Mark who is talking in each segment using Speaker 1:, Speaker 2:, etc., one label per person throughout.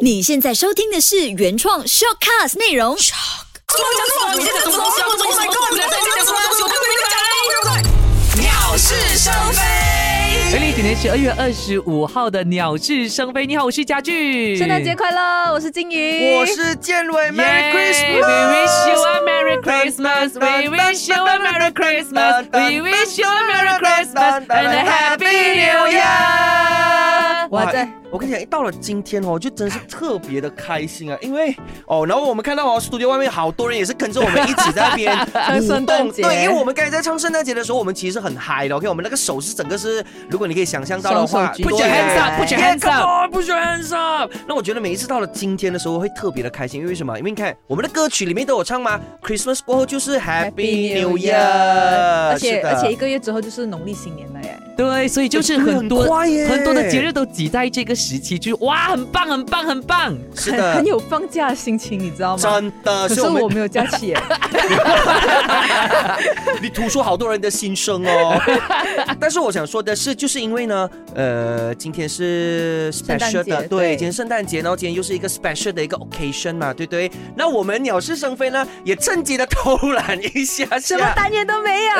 Speaker 1: 你现在收听的是原创 Shortcast 内容。
Speaker 2: 什么讲什么？你在讲什么东西啊？我 Oh my god！你在讲什么东西？我不明白。鸟是生非。
Speaker 3: 二零一九年十二月二十五号的《鸟是生非》，你好，我是家具。
Speaker 4: 圣诞节快乐，我是金鱼，
Speaker 5: 我是建伟，Merry
Speaker 3: Christmas. We wish you a Merry Christmas. We wish you a Merry Christmas. We wish you a Merry Christmas and a Happy New Year.
Speaker 4: 我
Speaker 5: 哇
Speaker 4: 在。
Speaker 5: 我跟你讲，一到了今天哦，就真是特别的开心啊，因为哦，然后我们看到哦，studio 外面好多人也是跟着我们一起在那边
Speaker 4: 唱圣诞节
Speaker 5: 对，因为我们刚才在唱圣诞节的时候，我们其实很嗨的，OK，我们那个手是整个是，如果你可以想象到的话
Speaker 4: 双手举
Speaker 3: 起 Put your hands up, put your hands up.
Speaker 5: p u t your hands up。那我觉得每一次到了今天的时候会特别的开心，因为什么？因为你看我们的歌曲里面都有唱吗？Christmas 过后就是 Happy New Year，
Speaker 4: 而
Speaker 5: 是
Speaker 4: 且
Speaker 5: 的
Speaker 4: 而且一个月之后就是农历新年了耶。
Speaker 3: 对，所以就是很多
Speaker 5: 很快耶
Speaker 3: 很多的节日都挤在这个时期，就是哇，很棒，很棒，很棒。
Speaker 5: 是
Speaker 4: 很
Speaker 5: 的
Speaker 4: 很，有放假的心情，你知道吗？
Speaker 5: 真的，
Speaker 4: 可是
Speaker 5: 所以
Speaker 4: 我没有假 期耶，
Speaker 5: 你吐出好多人的心声哦。 但是我想说的是，就是因为呢，呃，今天是
Speaker 4: 诞节
Speaker 5: special 的，
Speaker 4: 对
Speaker 5: 对，今天圣诞节，然后今天又是一个 special 的一个 occasion 嘛，对不对？那我们鸟是生非呢，也趁机的偷懒一下
Speaker 4: 什么
Speaker 5: 下。
Speaker 4: 单元都没有。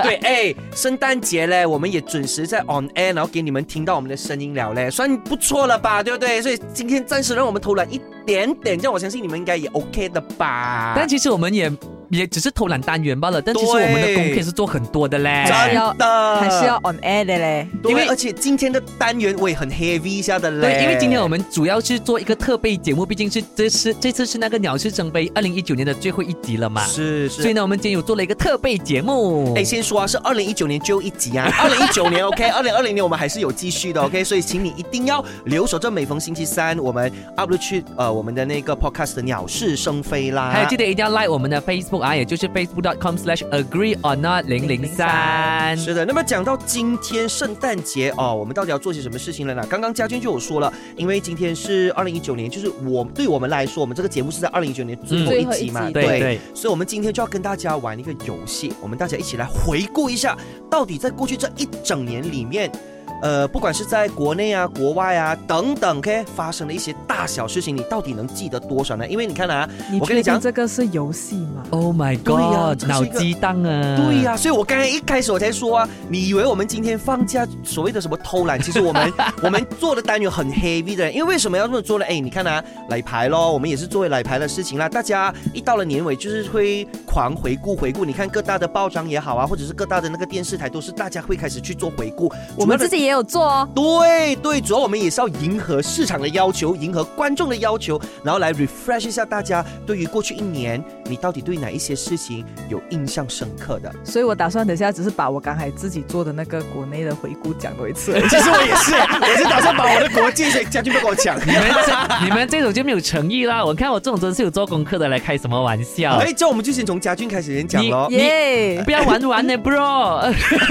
Speaker 5: 对，哎，圣诞节嘞，我们也准时在 on air，然后给你们听到我们的声音了嘞，算不错了吧，对不对？所以今天暂时让我们偷懒一点点，这样我相信你们应该也 OK 的吧。
Speaker 3: 但其实我们也也只是偷懒单元罢了，但其实我们的功课是做很多的嘞。
Speaker 4: 真
Speaker 5: 真的
Speaker 4: 还是要 on air 的嘞，
Speaker 5: 对
Speaker 3: 因为
Speaker 5: 而且今天的单元我也很 heavy 一下的嘞，
Speaker 3: 对，因为今天我们主要是做一个特备节目，毕竟是这是这次是那个鸟是生非二零一九年的最后一集了嘛，
Speaker 5: 是是，
Speaker 3: 所以呢，我们今天有做了一个特备节目。
Speaker 5: 哎，先说啊，是二零一九年只有一集 啊，二零一九年 OK，二零二零年我们还是有继续的 OK，所以请你一定要留守着每逢星期三我们 upload 去呃我们的那个 podcast 的鸟是生非啦，
Speaker 3: 还有记得一定要 like 我们的 Facebook 啊，也就是 facebook.com/slash agree or not 零零三。
Speaker 5: 是的，那么讲到今天圣诞节哦，我们到底要做些什么事情了呢？刚刚嘉娟就有说了，因为今天是二零一九年，就是我对我们来说，我们这个节目是在二零一九年最后一集嘛，
Speaker 4: 嗯
Speaker 3: 对对，
Speaker 5: 所以我们今天就要跟大家玩一个游戏，我们大家一起来回顾一下，到底在过去这一整年里面。呃，不管是在国内啊、国外啊等等，OK，发生了一些大小事情，你到底能记得多少呢？因为你看啊，
Speaker 4: 你
Speaker 5: 我跟你
Speaker 4: 确
Speaker 5: 讲
Speaker 4: 定这个是游戏吗？
Speaker 3: Oh my
Speaker 5: 对
Speaker 3: god，、
Speaker 5: 呀
Speaker 3: 脑激荡
Speaker 4: 嗯
Speaker 3: 啊！
Speaker 5: 对呀、、所以我刚才一开始我才说啊，你以为我们今天放假所谓的什么偷懒，其实我 们我们做的单元很 heavy 的，因为为什么要这么做呢？哎，你看啊，奶牌咯，我们也是做奶牌的事情啦。大家一到了年尾，就是会狂回顾回顾，你看各大的报章也好啊，或者是各大的那个电视台，都是大家会开始去做回顾。
Speaker 4: 我们自己也有做哦。
Speaker 5: 对对，主要我们也是要迎合市场的要求，迎合观众的要求，然后来 refresh 一下大家对于过去一年，你到底对哪一些事情有印象深刻的。
Speaker 4: 所以我打算等下只是把我刚才自己做的那个国内的回顾讲多一 次。
Speaker 5: 其实我也是，我是打算把我的国界给家俊不跟我讲。
Speaker 3: 你们这你们这种就没有诚意啦！我看我这种真是有做功课的，来开什么玩笑？
Speaker 5: 哎，这样我们就先从家俊开始先讲咯。
Speaker 4: 耶！
Speaker 3: 不要玩完呢，bro。
Speaker 4: 然后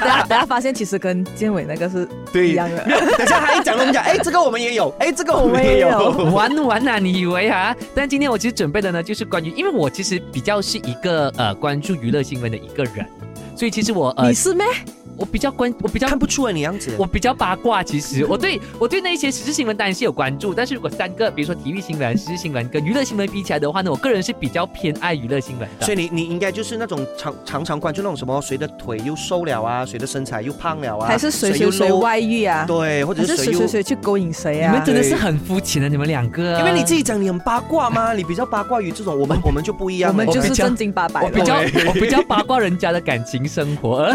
Speaker 4: 等下等下发现其实跟建伟那个是一样的
Speaker 5: 没。有，等一下他一讲，我们讲，哎，这个我们也有，哎，这个我们也
Speaker 4: 我
Speaker 5: 有。
Speaker 3: 玩玩啊，你以为啊？但今天我其实准备的呢，就是关于，因为我其实比较是一个呃关注娱乐新闻的一个人，所以其实我呃
Speaker 4: 你，是咩？
Speaker 3: 我比较关，我比较
Speaker 5: 看不出来你样子，
Speaker 3: 我比较八卦，其实我对我对那一些时事新闻当然是有关注，但是如果三个，比如说体育新闻、时事新闻跟娱乐新闻比起来的话呢，我个人是比较偏爱娱乐新闻的
Speaker 5: 所。以你你应该就是那种常常常关注那种什么谁的腿又瘦了啊，谁的身材又胖了啊，
Speaker 4: 还是谁谁
Speaker 5: 又
Speaker 4: 谁
Speaker 5: low-
Speaker 4: 外遇啊？
Speaker 5: 对，或者
Speaker 4: 还是
Speaker 5: 是谁
Speaker 4: 谁
Speaker 5: 又
Speaker 4: 谁。谁去勾引谁
Speaker 3: 你
Speaker 4: 啊
Speaker 3: 们？真的是很肤浅的，啊你们两个。
Speaker 5: 因为你自己讲你很八卦嘛，你比较八卦于这种，我们我们就不一样
Speaker 4: 我
Speaker 5: 了。
Speaker 4: 们
Speaker 3: 我
Speaker 4: 就
Speaker 3: 比
Speaker 4: 是
Speaker 3: 较
Speaker 4: 正经八百
Speaker 3: 我
Speaker 4: 的。
Speaker 3: 比较我比较八卦人家的感情生活。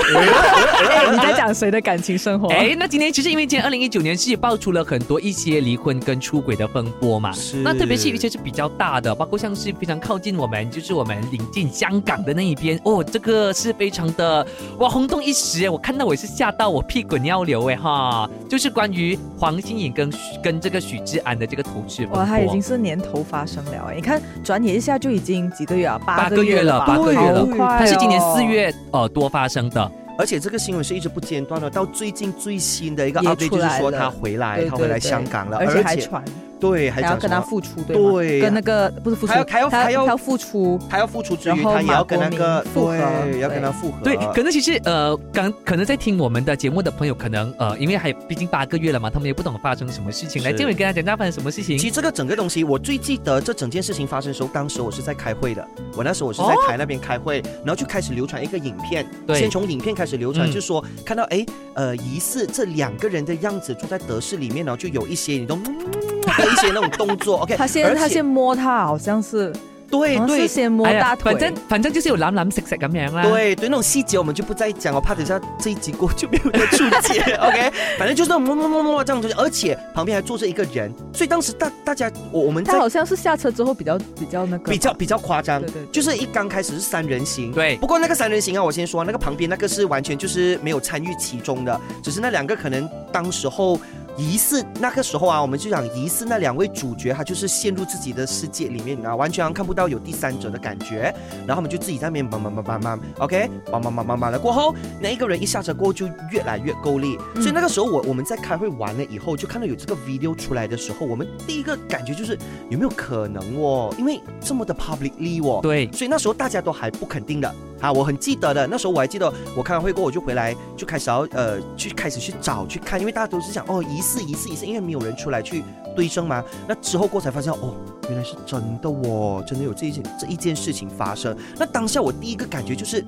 Speaker 4: 哎，你在讲谁的感情生活？
Speaker 3: 哎，那今天其实因为今天二零一九年是爆出了很多一些离婚跟出轨的风波嘛，
Speaker 5: 是
Speaker 3: 那特别是一些是比较大的，包括像是非常靠近我们，就是我们临近香港的那一边哦，这个是非常的哇轰动一时耶，我看到我也是吓到我屁滚尿流哎哈，就是关于黄心颖跟跟这个许志安的这个投资风波，
Speaker 4: 哇，他已经是年头发生了哎，你看转眼一下就已经几个月啊，
Speaker 3: 八
Speaker 4: 八
Speaker 3: 个
Speaker 4: 个
Speaker 3: 月
Speaker 4: 月
Speaker 3: 了，
Speaker 4: 吧
Speaker 3: 八个月了
Speaker 4: 好，快
Speaker 5: 啊
Speaker 4: 哦
Speaker 3: 它是今年四月呃多发生的，
Speaker 5: 而且这个新闻是一直不间断的，到最近最新的一个
Speaker 4: 也
Speaker 5: update 就
Speaker 4: 出
Speaker 5: 是
Speaker 4: 来
Speaker 5: 说
Speaker 4: 了
Speaker 5: 他回来，
Speaker 4: 对
Speaker 5: 他
Speaker 4: 对
Speaker 5: 回来
Speaker 4: 对
Speaker 5: 香港了，
Speaker 4: 而且还传，
Speaker 5: 对，还
Speaker 4: 还要
Speaker 5: 讲
Speaker 4: 跟
Speaker 5: 什
Speaker 4: 他
Speaker 5: 么？
Speaker 4: 付出，对吗
Speaker 5: 对啊
Speaker 4: 跟那个不是付出，
Speaker 5: 还要还要
Speaker 4: 他
Speaker 5: 还要
Speaker 4: 他要付出，
Speaker 5: 他要付出之余，
Speaker 4: 然后
Speaker 5: 他也要跟那
Speaker 4: 马
Speaker 5: 个
Speaker 4: 国明复合
Speaker 5: 对，
Speaker 4: 对
Speaker 5: 要跟他复合。
Speaker 3: 对，可能其实呃，刚可能在听我们的节目的朋友，可能呃，因为还毕竟八个月了嘛，他们也不懂发生什么事情。来，
Speaker 5: 是
Speaker 3: 建伟跟他讲，那发生什么事情？
Speaker 5: 其实这个整个东西，我最记得这整件事情发生的时候，当时我是在开会的，我那时候我是在
Speaker 3: 哦
Speaker 5: 台那边开会，然后就开始流传一个影片，
Speaker 3: 对
Speaker 5: 先从影片开始流传，
Speaker 3: 嗯
Speaker 5: 就说看到哎呃疑似这两个人的样子住在德室里面，然后就有一些你都。的一些那种动作，OK，
Speaker 4: 他先
Speaker 5: 而
Speaker 4: 他
Speaker 5: 且
Speaker 4: 先摸他，好像是
Speaker 5: 对
Speaker 4: 好像是
Speaker 5: 对
Speaker 4: 先摸
Speaker 3: 哎呀
Speaker 4: 大腿，
Speaker 3: 反正反正就是有蓝蓝色色咁样啦。，
Speaker 5: 对对，那种细节我们就不再讲，我怕等一下这一集过就没有再出街，OK，反正就是那种摸摸摸摸这样子，而且旁边还坐着一个人，所以当时大大家我我们在
Speaker 4: 他好像是下车之后比较比较那个
Speaker 5: 比较比较夸张
Speaker 4: 对对，对
Speaker 5: 就是一刚开始是三人行。
Speaker 3: 对
Speaker 5: 不过那个三人行啊，我先说，那个旁边那个是完全就是没有参与其中的，只是那两个可能当时候疑似那个时候啊，我们就讲疑似那两位主角，他就是陷入自己的世界里面啊，完全看不到有第三者的感觉，然后他们就自己在那边忙忙忙忙忙，OK，忙忙忙忙忙了过后，那一个人一下车过后就越来越够力，
Speaker 4: 嗯
Speaker 5: 所以那个时候我我们在开会完了以后，就看到有这个 video 出来的时候，我们第一个感觉就是有没有可能哦？因为这么的 publicly 哦，
Speaker 3: 对，
Speaker 5: 所以那时候大家都还不肯定的啊，我很记得的。那时候我还记得，我开完会过我就回来，就开始要呃去开始去找去看，因为大家都是想哦疑似疑似疑似，因为没有人出来去对证嘛。那之后过才发现哦，原来是真的哦，真的有这一件这一件事情发生。那当下我第一个感觉就是。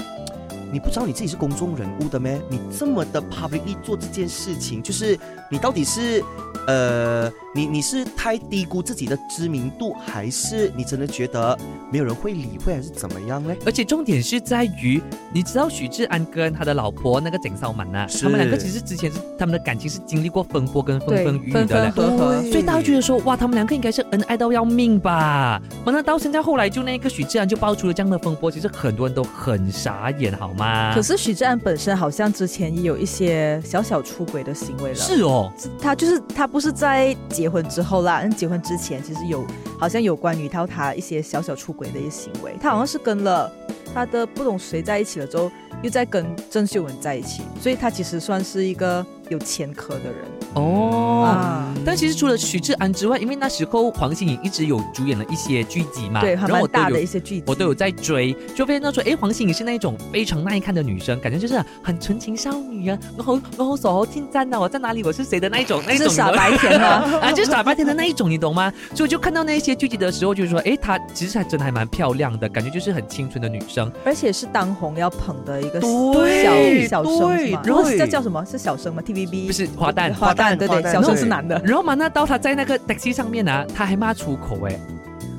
Speaker 5: 你不知道你自己是公众人物的咩？你这么的 publicly 做这件事情，就是你到底是，呃，你你是太低估自己的知名度，还是你真的觉得没有人会理会，还是怎么样呢？
Speaker 3: 而且重点是在于，你知道许志安跟他的老婆那个整骚满呐，啊
Speaker 5: 是
Speaker 3: 他们两个其实之前是他们的感情是经历过风波跟风
Speaker 4: 对
Speaker 3: 风雨雨
Speaker 4: 分
Speaker 3: 的
Speaker 4: 分
Speaker 3: 嘞。
Speaker 4: 合合，
Speaker 3: 所以大家觉得说，哇，他们两个应该是恩爱到要命吧？完了，到现在后来就那个许志安就爆出了这样的风波，其实很多人都很傻眼，好吗？
Speaker 4: 可是许志安本身好像之前也有一些小小出轨的行为了，
Speaker 3: 是哦，
Speaker 4: 他就是他不是在结婚之后啦，嗯结婚之前其实有好像有关于他他一些小小出轨的一些行为，他好像是跟了他的不懂谁在一起了之后，又在跟郑秀文在一起，所以他其实算是一个有前科的人
Speaker 3: 哦。
Speaker 4: 啊。
Speaker 3: 但其实除了许志安之外，因为那时候黄心颖一直有主演了一些剧集嘛，
Speaker 4: 对，还
Speaker 3: 啊然后
Speaker 4: 蛮
Speaker 3: 我都
Speaker 4: 大的
Speaker 3: 有
Speaker 4: 一些剧集，
Speaker 3: 我都有在追，就发现到说，诶，黄心颖是那一种非常耐看的女生，感觉就是很纯情少女啊，我好我好手好天真啊呐、我在哪里我是谁的那一种，那一种
Speaker 4: 是傻
Speaker 3: 你懂吗
Speaker 4: 白甜的。
Speaker 3: 啊，就是傻白甜的那一种，你懂吗？所以我就看到那一些剧集的时候，就是说，诶，她其实还真的还蛮漂亮的，感觉就是很清纯的女生。
Speaker 4: 而且是当红要捧的一个
Speaker 5: 对
Speaker 4: 小小生是吗
Speaker 5: 对？
Speaker 4: 然后
Speaker 5: 对
Speaker 4: 叫叫什么？是小生吗？TVB
Speaker 3: 不是花旦
Speaker 4: 花
Speaker 5: 花旦
Speaker 4: 旦对
Speaker 5: 花
Speaker 4: 对，
Speaker 5: 旦
Speaker 4: 小生
Speaker 5: 对
Speaker 4: 是男的。
Speaker 3: 然后嘛，那到她在那个 taxi 上面啊，她还骂出口诶，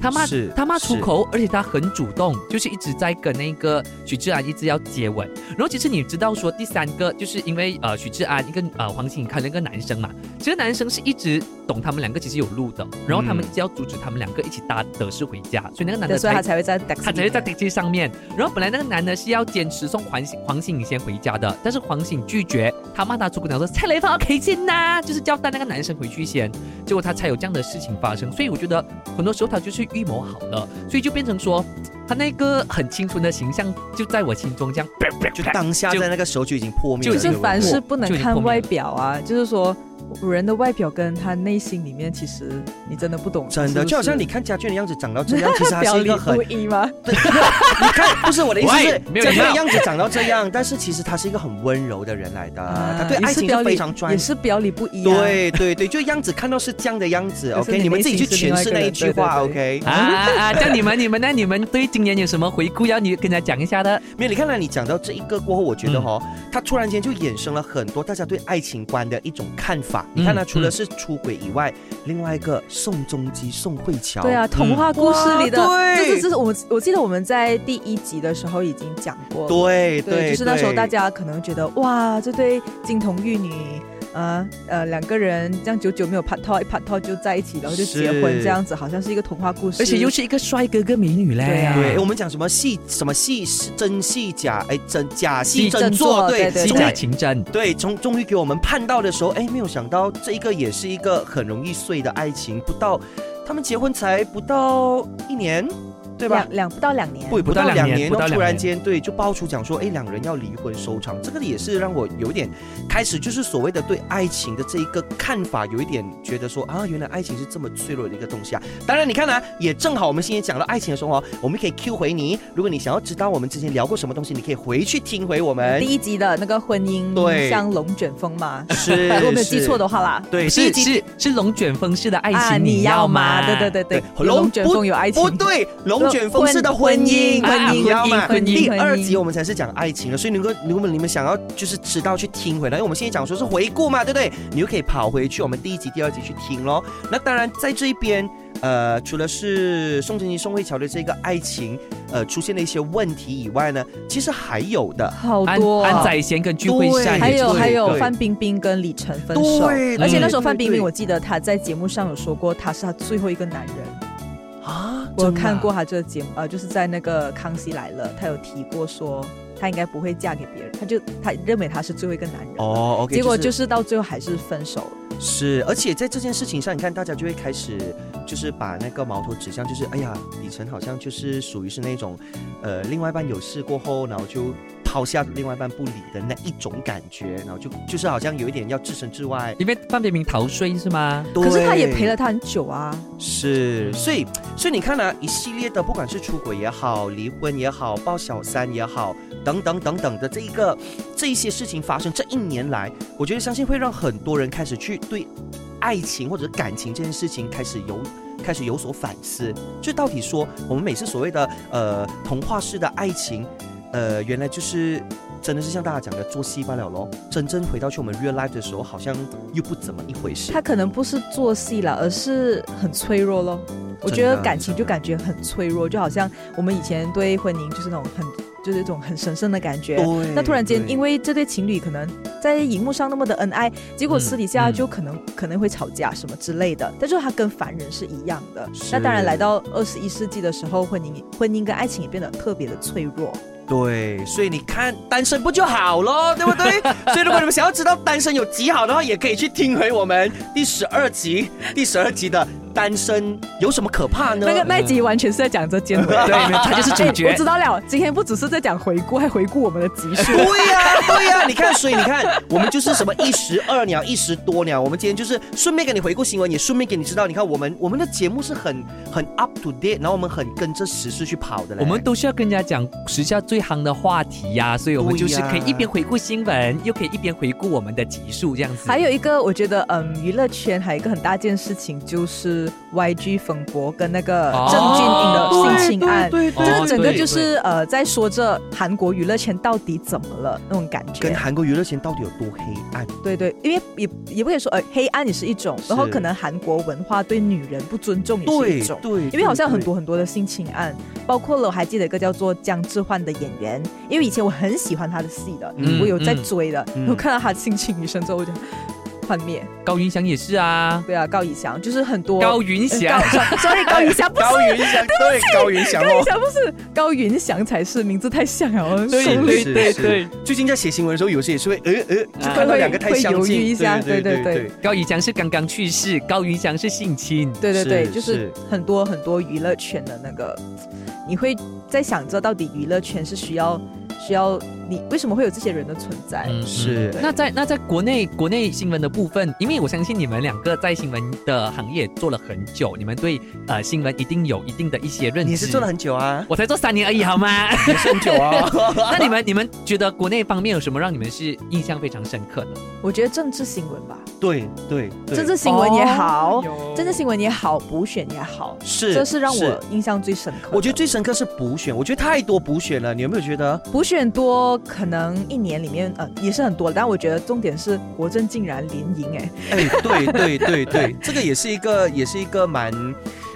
Speaker 3: 她骂
Speaker 5: 是
Speaker 3: 她骂出
Speaker 5: 是
Speaker 3: 口，而且她很主动，就是一直在跟那个许志安一直要接吻。然后其实你知道说第三个，就是因为呃许志安一个呃黄心颖看了一个男生嘛，其实男生是一直懂他们两个其实有路的，然后他们
Speaker 5: 嗯
Speaker 3: 一直要阻止他们两个一起搭德士回家，所以那个男
Speaker 4: 对，
Speaker 3: 的
Speaker 4: 所以他
Speaker 3: 才。
Speaker 4: 才会在 d
Speaker 3: 他直接在 taxi 上面，然后本来那个男的是要坚持送黄信黄信颖先回家的，但是黄信拒绝，他骂他主姑娘说蔡雷发 K 见呐，就是叫带那个男生回去先，结果他才有这样的事情发生，所以我觉得很多时候他就是预谋好了，所以就变成说他那个很清纯的形象就在我心 中这样，
Speaker 5: 就当下在那个时候就已经破灭了，
Speaker 4: 就是
Speaker 5: 对不对
Speaker 4: 凡事不能
Speaker 3: 就已经破
Speaker 4: 看
Speaker 3: 灭
Speaker 4: 外
Speaker 3: 了
Speaker 4: 表啊，就是说人的外表跟他内心里面，其实你真的不懂。
Speaker 5: 真的，就好像你看家俊的样子长到这样，其实他
Speaker 4: 表
Speaker 5: 是一
Speaker 4: 里
Speaker 5: 个很
Speaker 4: 不，一吗？
Speaker 5: 对你看， 不是我的意思是
Speaker 3: 喂，没有
Speaker 5: 家
Speaker 3: 礼
Speaker 5: 俊
Speaker 3: 貌
Speaker 5: 的样子长到这样，但是其实他是一个很温柔的人来的，他对
Speaker 4: 啊也
Speaker 5: 爱
Speaker 4: 是
Speaker 5: 情
Speaker 4: 表
Speaker 5: 是
Speaker 4: 里
Speaker 5: 非常专
Speaker 4: 也
Speaker 5: 注。
Speaker 4: 是表里不一、啊。
Speaker 5: 对对对，就样子看到是这样的样子
Speaker 4: 可是
Speaker 5: ，OK，
Speaker 4: 你
Speaker 5: 你们
Speaker 4: 内
Speaker 5: 自己去
Speaker 4: 心
Speaker 5: 诠
Speaker 4: 是另外一
Speaker 5: 释
Speaker 4: 个
Speaker 5: 那一
Speaker 4: 人
Speaker 5: 句
Speaker 4: 对对
Speaker 5: 话
Speaker 4: 对
Speaker 5: ，OK
Speaker 3: 啊。啊啊！像你们你们呢？你们对今年有什么回顾要你跟大家讲一下的？
Speaker 5: 没有，你看到你讲到这一个过后，我觉得
Speaker 4: 嗯
Speaker 5: 哦，他突然间就衍生了很多大家对爱情观的一种看法。你看他
Speaker 3: 嗯
Speaker 5: 除了是出轨以外，另外一个宋仲基、宋慧乔，
Speaker 4: 对啊，童话故事里的，
Speaker 5: 哇嗯啊对
Speaker 4: 这是这是我们我记得我们在第一集的时候已经讲过了。
Speaker 5: 嗯对
Speaker 4: 对，就是那时候大家可能觉得哇，这对金童玉女，呃呃，两个人这样久久没有拍拖，一拍拖就在一起，然后就是结婚这样子，好像是一个童话故事。
Speaker 3: 而且又是一个帅哥跟美女嘞，
Speaker 4: 对啊
Speaker 5: 对，我们讲什么戏，什么戏是真戏假，哎，真假戏
Speaker 3: 戏
Speaker 5: 真
Speaker 4: 真
Speaker 5: 做，
Speaker 4: 做
Speaker 5: 对，
Speaker 4: 对
Speaker 3: 机
Speaker 5: 终
Speaker 3: 甲
Speaker 5: 于
Speaker 3: 情真。
Speaker 5: 对，终终于给我们盼到的时候，哎，没有想到这一个也是一个很容易碎的爱情，不到他们结婚才不到一年，对吧？
Speaker 4: 两两不到两年，
Speaker 5: 不不
Speaker 3: 不到
Speaker 5: 到
Speaker 3: 两
Speaker 5: 两
Speaker 3: 年
Speaker 5: 年
Speaker 3: 不
Speaker 5: 哦，
Speaker 3: 到两
Speaker 5: 突然
Speaker 3: 年
Speaker 5: 间对就爆出讲说，哎，两人要离婚收场，这个也是让我有一点开始就是所谓的对爱情的这一个看法，有一点觉得说啊，原来爱情是这么脆弱的一个东西啊。当然，你看呢、也正好我们今天讲到爱情的时候哦，我们可以 Q 回你，如果你想要知道我们之前聊过什么东西，你可以回去听回我们
Speaker 4: 第。一集的那个婚姻
Speaker 5: 哎对
Speaker 4: 像龙卷风嘛，
Speaker 5: 是，
Speaker 4: 如果没有记
Speaker 5: 是
Speaker 4: 错的话啦。
Speaker 5: 对，第一
Speaker 3: 是
Speaker 5: 集
Speaker 3: 是是龙卷风式的爱情，
Speaker 4: 啊，你要
Speaker 3: 要
Speaker 4: 吗？对对
Speaker 3: 对。
Speaker 4: 对对，有
Speaker 5: 对龙
Speaker 4: 龙卷风有爱情，
Speaker 5: 不对，龙卷风式的婚姻，
Speaker 4: 婚姻啊
Speaker 5: 你知道吗
Speaker 4: 婚姻婚姻
Speaker 5: 第
Speaker 4: 婚姻
Speaker 5: 二集我们才是讲爱情的，所以如果如果你们想要就是知道去听回来，因为我们现在讲说是回顾嘛，对不对？你就可以跑回去我们第一集、第二集去听咯。那当然在这一边。呃，除了是宋承宪、宋慧乔的这个爱情，呃，出现了一些问题以外呢，其实还有的，
Speaker 4: 好
Speaker 3: 安
Speaker 4: 多啊
Speaker 3: 安宰贤跟具惠善也是，
Speaker 4: 还有
Speaker 5: 对
Speaker 4: 还有
Speaker 5: 对
Speaker 4: 范冰冰跟李晨分手，
Speaker 5: 对，
Speaker 4: 而且那时候
Speaker 5: 对
Speaker 4: 范冰冰，
Speaker 5: 对
Speaker 4: 我记得她在节目上有说过，她是她最后一个男人。
Speaker 5: 啊，
Speaker 4: 我有
Speaker 5: 真的啊
Speaker 4: 看过她这个节目，呃，就是在那个《康熙来了》，她有提过说她应该不会嫁给别人，她就她认为她是最后一个男人。
Speaker 5: 哦，OK，
Speaker 4: 结果
Speaker 5: 是
Speaker 4: 就是到最后还是分手了。
Speaker 5: 是，而且在这件事情上，你看大家就会开始就是把那个矛头指向，就是哎呀，李晨好像就是属于是那种，呃，另外一半有事过后，然后就抛下另外一半不理的那一种感觉，然后就就是好像有一点要置身事外。
Speaker 3: 因为范冰冰逃税是吗？
Speaker 4: 可是她也
Speaker 5: 对
Speaker 4: 陪了她很久啊。
Speaker 5: 是，所以所以你看啊，一系列的不管是出轨也好、离婚也好、抱小三也好，等等等等的这一个这一些事情发生，这一年来，我觉得相信会让很多人开始去对爱情或者感情这件事情开始有。开始有所反思，就到底说我们每次所谓的呃童话式的爱情，呃，原来就是真的是像大家讲的做戏罢了咯。真正回到去我们 real life 的时候，好像又不怎么一回事。
Speaker 4: 她可能不是做戏了，而是很脆弱咯。我觉
Speaker 5: 真
Speaker 4: 得
Speaker 5: 的啊
Speaker 4: 感情就
Speaker 5: 真的
Speaker 4: 感觉很脆弱，就好像我们以前对婚姻就是那种很就是一种很神圣的感觉。
Speaker 5: 对，
Speaker 4: 那突然间，
Speaker 5: 对
Speaker 4: 因为这对情侣可能在荧幕上那么的恩爱，结果
Speaker 3: 嗯
Speaker 4: 私底下
Speaker 3: 嗯
Speaker 4: 就可能、可能会吵架什么之类的。但是它跟凡人是一样的。
Speaker 5: 是
Speaker 4: 那当然，来到二十一世纪的时候，婚姻婚姻跟爱情也变得特别的脆弱。
Speaker 5: 对，所以你看，单身不就好咯，对不 对？所以如果你们想要知道单身有几好的话，也可以去听回我们第十二集，第十二集的单身有什么可怕呢？
Speaker 4: 那嗯个那一集完全是在讲这奸 维，
Speaker 3: 对没有他就是主角
Speaker 4: 哎我知道了，今天不只是在讲回顾，还回顾我们的集数。
Speaker 5: 对呀、对呀、你看，所以你看，我们就是什么一石二鸟，一石多鸟。我们今天就是顺便给你回顾新闻，也顺便给你知道，你看我们我们的节目是很很 up to date，然后我们很跟着时事去跑的嘞。
Speaker 3: 我们都是要跟人家讲时下最夯的话题呀、所以我们就是可以一边回顾新闻，又可以一边回顾我们的集数这样子。
Speaker 4: 还有一个，我觉得，嗯，娱乐圈还有一个很大件事情，就是 YG 冯博跟那个
Speaker 3: 哦
Speaker 4: 郑俊英的性侵案。
Speaker 5: 对对
Speaker 3: 对
Speaker 5: 对，
Speaker 4: 这
Speaker 3: 哦
Speaker 4: 个整个
Speaker 3: 对
Speaker 4: 就是呃，在说着韩国娱乐圈到底怎么了那种感觉
Speaker 5: 跟。韩国娱乐圈到底有多黑暗？
Speaker 4: 对对，因为也也不可以说呃，黑暗也是一种，然后
Speaker 5: 是
Speaker 4: 可能韩国文化对女人不尊重也是
Speaker 5: 对
Speaker 4: 一种。
Speaker 5: 对，
Speaker 4: 因为好像
Speaker 5: 对
Speaker 4: 很多很多的性侵案，包括了我还记得一个叫做姜智焕的演员，因为以前我很喜欢他的戏的，
Speaker 5: 嗯
Speaker 4: 我有在
Speaker 3: 嗯
Speaker 4: 追的，
Speaker 5: 嗯
Speaker 4: 我看到他性侵女生之后，我就幻灭。
Speaker 3: 高云翔也是啊，
Speaker 4: 对啊，高以翔就是很多
Speaker 3: 高云
Speaker 4: 呃
Speaker 3: 翔，
Speaker 4: 高，sorry，高以翔不是
Speaker 5: 高云翔，对高云翔
Speaker 4: 高
Speaker 5: 哦
Speaker 4: 以。翔不是高云翔才是，名字太像了，
Speaker 3: 对
Speaker 4: 受
Speaker 3: 对
Speaker 4: 力
Speaker 5: 是
Speaker 3: 对
Speaker 5: 是
Speaker 3: 对，
Speaker 5: 最近在写新闻的时候，有时也是会呃呃，就看到两个太
Speaker 4: 啊会
Speaker 5: 相
Speaker 4: 会犹豫
Speaker 5: 近，
Speaker 4: 一下对对对
Speaker 3: 高云翔是刚刚去世，高云翔是性侵。
Speaker 4: 对对对，
Speaker 5: 是
Speaker 4: 就是
Speaker 5: 是
Speaker 4: 很多很多娱乐圈的那个，你会在想着到底娱乐圈是需要需要你为什么会有这些人的存在？
Speaker 3: 嗯
Speaker 5: 是
Speaker 3: 那在那在国内国内新闻的部分，因为我相信你们两个在新闻的行业做了很久，你们对呃新闻一定有一定的一些认知。
Speaker 5: 你是做了很久 啊，
Speaker 3: 我才做三年而已，好吗？
Speaker 5: 也是很久啊。
Speaker 3: 那你们你们觉得国内方面有什么让你们是印象非常深刻的？
Speaker 4: 我觉得政治新闻吧，
Speaker 5: 对对对，
Speaker 4: 政治新闻也好，
Speaker 3: 哦
Speaker 4: 政治新闻也好，补选也好，
Speaker 5: 是
Speaker 4: 这是让我。印象最深刻的。
Speaker 5: 我觉得最深刻是补选，我觉得太多补选了，你有没有觉得？
Speaker 4: 补选多，可能一年里面呃也是很多，但我觉得重点是国政竟然连赢哎，
Speaker 5: 哎，对对对对，这个也是一个，也是一个蛮，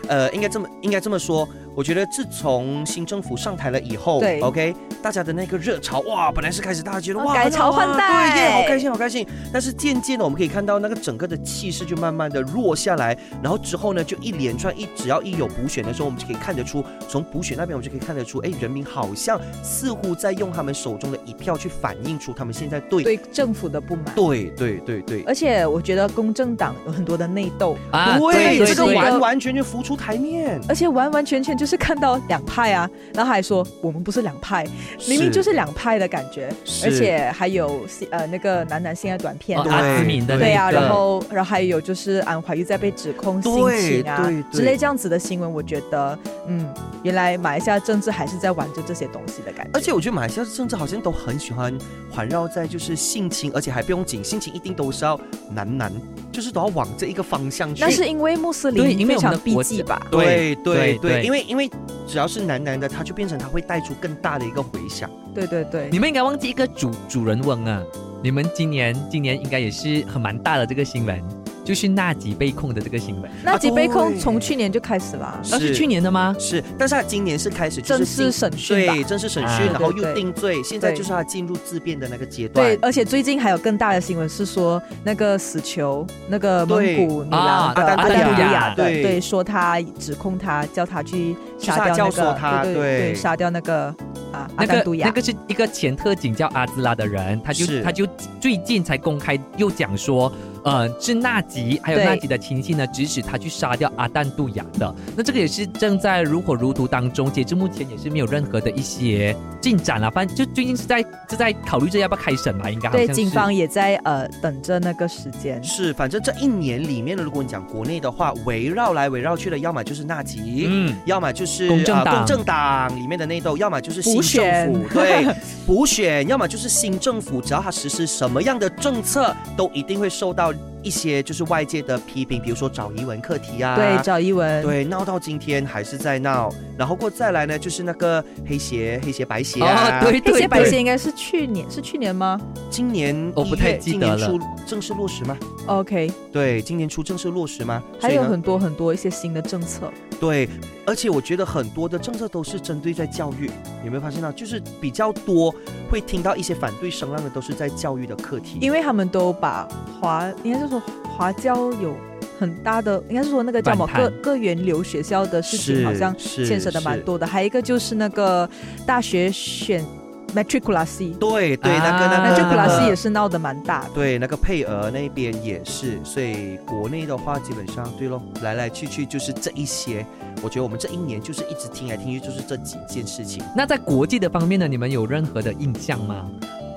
Speaker 5: 呃，应该这么应该这么说。我觉得自从新政府上台了以后
Speaker 4: 对
Speaker 5: ，OK，大家的那个热潮哇，本来是开始大家觉得
Speaker 4: 哦
Speaker 5: 哇，
Speaker 4: 改
Speaker 5: 很好
Speaker 4: 朝换
Speaker 5: 啊
Speaker 4: 代
Speaker 5: 对耶，好开心好开心。但是渐渐的，我们可以看到那个整个的气势就慢慢的弱下来，然后之后呢，就一连串一只要一有补选的时候，我们就可以看得出，从补选那边我们就可以看得出，哎，人民好像似乎在用他们手中的一票去反映出他们现在对
Speaker 4: 对政府的不满。
Speaker 5: 对对对对。
Speaker 4: 而且我觉得公正党有很多的内斗，
Speaker 3: 啊
Speaker 5: 对，
Speaker 4: 对
Speaker 5: 这个
Speaker 4: 对
Speaker 5: 完完全全浮出台面。
Speaker 4: 而且完完全全就就是看到两派啊，然后还说我们不是两派，明明就是两派的感觉，
Speaker 5: 是
Speaker 4: 而且还有性呃那个男男性爱短片
Speaker 3: 哦
Speaker 4: 啊。
Speaker 3: 阿兹敏的那
Speaker 4: 对呀、
Speaker 3: 个
Speaker 4: 然后然后还有就是安怀又在被指控性
Speaker 5: 对
Speaker 4: 侵啊
Speaker 5: 对对
Speaker 4: 之类这样子的新闻，我觉得嗯，原来马来西亚政治还是在玩着这些东西的感觉。
Speaker 5: 而且我觉得马来西亚甚至好像都很喜欢环绕在就是性情，而且还不用紧，性情一定都是要男男，就是都要往这一个方向去。
Speaker 4: 那是因为穆斯
Speaker 3: 对因
Speaker 4: 林
Speaker 3: 为
Speaker 4: 非
Speaker 3: 我们
Speaker 4: 常
Speaker 3: 的
Speaker 4: 避
Speaker 3: 国
Speaker 4: 忌
Speaker 3: 家
Speaker 4: 吧？
Speaker 5: 对
Speaker 3: 对
Speaker 5: 对对，
Speaker 3: 对
Speaker 5: 因为因为只要是男男的，他就变成他会带出更大的一个回响。
Speaker 4: 对对对
Speaker 3: 你，们应该忘记一个主主人翁啊！你们今年今年应该也是很蛮大的这个新闻，就是纳吉被控的这个新闻，
Speaker 4: 那几杯控
Speaker 5: 对
Speaker 4: 从去年就开始了啊，
Speaker 3: 那是去年的吗？
Speaker 5: 是，但是他今年是开始就是
Speaker 4: 正式
Speaker 5: 进
Speaker 4: 审讯吧
Speaker 5: 对，？正式审
Speaker 3: 啊
Speaker 5: 讯，然后
Speaker 4: 对对
Speaker 5: 又
Speaker 4: 对
Speaker 5: 定罪，现在
Speaker 4: 对
Speaker 5: 就是他进入自辩的那个阶段
Speaker 4: 对，。而且最近还有更大的新闻是说，那个死囚，那个蒙
Speaker 5: 对
Speaker 4: 古女郎的呃
Speaker 5: 啊阿丹
Speaker 4: 阿
Speaker 5: 杜
Speaker 4: 丹杜
Speaker 3: 雅
Speaker 4: 雅的，
Speaker 5: 对
Speaker 4: 对，说他指控他叫他去杀
Speaker 5: 去杀
Speaker 4: 掉
Speaker 5: 教
Speaker 4: 那
Speaker 5: 唆
Speaker 4: 个，
Speaker 5: 他
Speaker 4: 对
Speaker 5: 对
Speaker 4: 对，杀掉那个啊阿
Speaker 3: 那
Speaker 4: 丹
Speaker 3: 个
Speaker 4: 杜
Speaker 3: 那
Speaker 4: 雅，
Speaker 3: 个是一个前特警叫阿兹拉的人，他就是他就最近才公开又讲说，呃，是纳吉还有
Speaker 4: 对
Speaker 3: 纳吉的亲戚呢指使他去杀掉阿旦杜雅的。那这个也是正在如火如荼当中，截至目前也是没有任何的一些进展了。反正就最近是在是在考虑着要不要开审嘛，应该好像
Speaker 4: 对，
Speaker 3: 是
Speaker 4: 警方也在呃等着那个时间。
Speaker 5: 是，反正这一年里面呢，如果你讲国内的话，围绕来围绕去的，要么就是纳吉，
Speaker 3: 嗯。
Speaker 5: 要么就是
Speaker 3: 公正
Speaker 5: 呃
Speaker 3: 党
Speaker 5: 公正党里面的内斗，要么就是新政
Speaker 4: 补选
Speaker 5: 府对 补选，要么就是新政府，只要他实施什么样的政策，都一定会受到一些就是外界的批评，比如说找疑文课题啊，
Speaker 4: 对，赵一文，
Speaker 5: 对闹到今天还是在闹，然后过再来呢就是那个黑鞋黑鞋白鞋
Speaker 3: 哦
Speaker 5: 啊，，
Speaker 3: 对对
Speaker 4: 黑
Speaker 3: 对，
Speaker 4: 些白鞋应该是去年，是去年吗
Speaker 5: 今年
Speaker 3: 我不太
Speaker 5: 一月
Speaker 3: 记
Speaker 5: 今年
Speaker 3: 得了
Speaker 5: 出正式落实吗？
Speaker 4: ？OK，
Speaker 5: 对，今年初正式落实吗？
Speaker 4: 还
Speaker 5: 所以
Speaker 4: 有
Speaker 5: 呢
Speaker 4: 很多很多一些新的政策，
Speaker 5: 对，而且我觉得很多的政策都是针对在教育，有没有发现到？就是比较多会听到一些反对声浪的，都是在教育的课题。
Speaker 4: 因为他们都把华，应该是说华教有很大的，应该是说那个叫什么
Speaker 3: 反
Speaker 4: 各
Speaker 3: 弹
Speaker 4: 各源流学校的事情，好像
Speaker 5: 是
Speaker 4: 牵涉的蛮。
Speaker 5: 是
Speaker 4: 多的。还有一个就是那个大学选 matriculacy，matriculacy
Speaker 5: 对对，那个
Speaker 3: 啊
Speaker 5: 那个那
Speaker 3: matriculacy
Speaker 5: 个
Speaker 4: 也是闹得蛮大的。
Speaker 5: 对那个配额那边也是，所以国内的话基本上对咯，来来去去就是这一些。我觉得我们这一年就是一直听来听去就是这几件事情。
Speaker 3: 那在国际的方面呢，你们有任何的印象吗？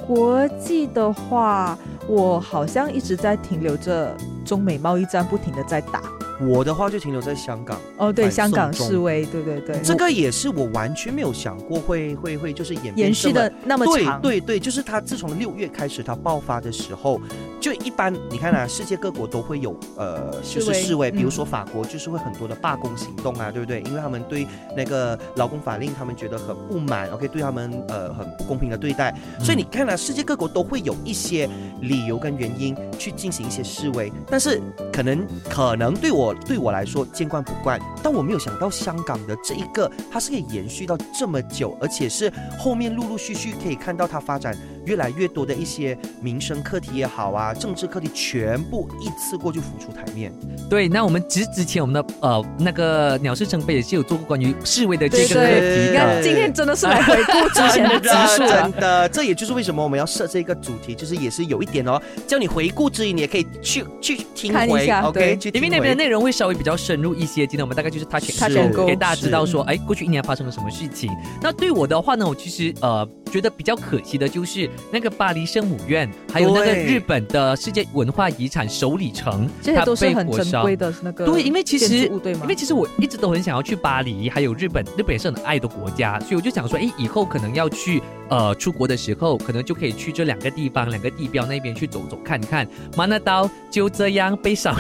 Speaker 4: 国际的话，我好像一直在停留着中美贸易战不停的在打。
Speaker 5: 我的话就停留在香港。
Speaker 4: 哦，对，
Speaker 5: 反
Speaker 4: 香港
Speaker 5: 送中
Speaker 4: 示威，对对对，
Speaker 5: 这个也是我完全没有想过会会会就是演变
Speaker 4: 延
Speaker 5: 这
Speaker 4: 续
Speaker 5: 么
Speaker 4: 的那么长，
Speaker 5: 对对对，就是它自从六月开始它爆发的时候，就一般你看啊，世界各国都会有呃，就
Speaker 4: 示
Speaker 5: 是
Speaker 4: 威
Speaker 5: 示威，比如
Speaker 4: 嗯
Speaker 5: 说法国就是会很多的罢工行动啊，对不对？因为他们对那个劳工法令他们觉得很不满，OK，对他们呃很不公平的对待，所以你看啊，世界各国都会有一些理由跟原因去进行一些示威，但是可能可能对我对我来说见惯不怪，但我没有想到香港的这一个它是可以延续到这么久，而且是后面陆陆续续可以看到它发展越来越多的一些民生课题也好啊，政治课题全部一次过就浮出台 面。
Speaker 3: 对，那我们之之前我们的呃那个鸟事生非也是有做过关于示威的这
Speaker 4: 对
Speaker 3: 个课
Speaker 4: 对，
Speaker 3: 题
Speaker 4: 你
Speaker 5: 对
Speaker 4: 看
Speaker 3: 的。
Speaker 4: 今天真的是来回顾之前的集数
Speaker 5: 真的
Speaker 4: 了
Speaker 5: 真。的，这也就是为什么我们要设这个主题，就是也是有一点哦，叫你回顾之余，你也可以去去听
Speaker 4: 看一
Speaker 5: 回
Speaker 4: 下
Speaker 5: ，OK，
Speaker 4: 对
Speaker 5: 去
Speaker 3: 因
Speaker 5: 听
Speaker 3: 为那边
Speaker 5: 回
Speaker 3: 的内容会稍微比较深入一些，今天我们大概就是 touch and
Speaker 4: Touch and
Speaker 3: go，
Speaker 4: go
Speaker 3: 给大家知道说，哎，过去一年发生了什么事情。那对我的话呢，我其实呃觉得比较可惜的就是那个巴黎圣母院，还有那个
Speaker 5: 对
Speaker 3: 日本的世界文化遗产首里城，
Speaker 4: 这些都是
Speaker 3: 它被
Speaker 4: 很
Speaker 3: 火
Speaker 4: 珍
Speaker 3: 烧
Speaker 4: 贵的那个
Speaker 3: 对，因为其实
Speaker 4: 建筑物对吗
Speaker 3: 因为其实我一直都很想要去巴黎，还有日本，日本也是很爱的国家，所以我就想说，哎，以后可能要去呃出国的时候，可能就可以去这两个地方、两个地标那边去走走看看。马那刀就这样被少了。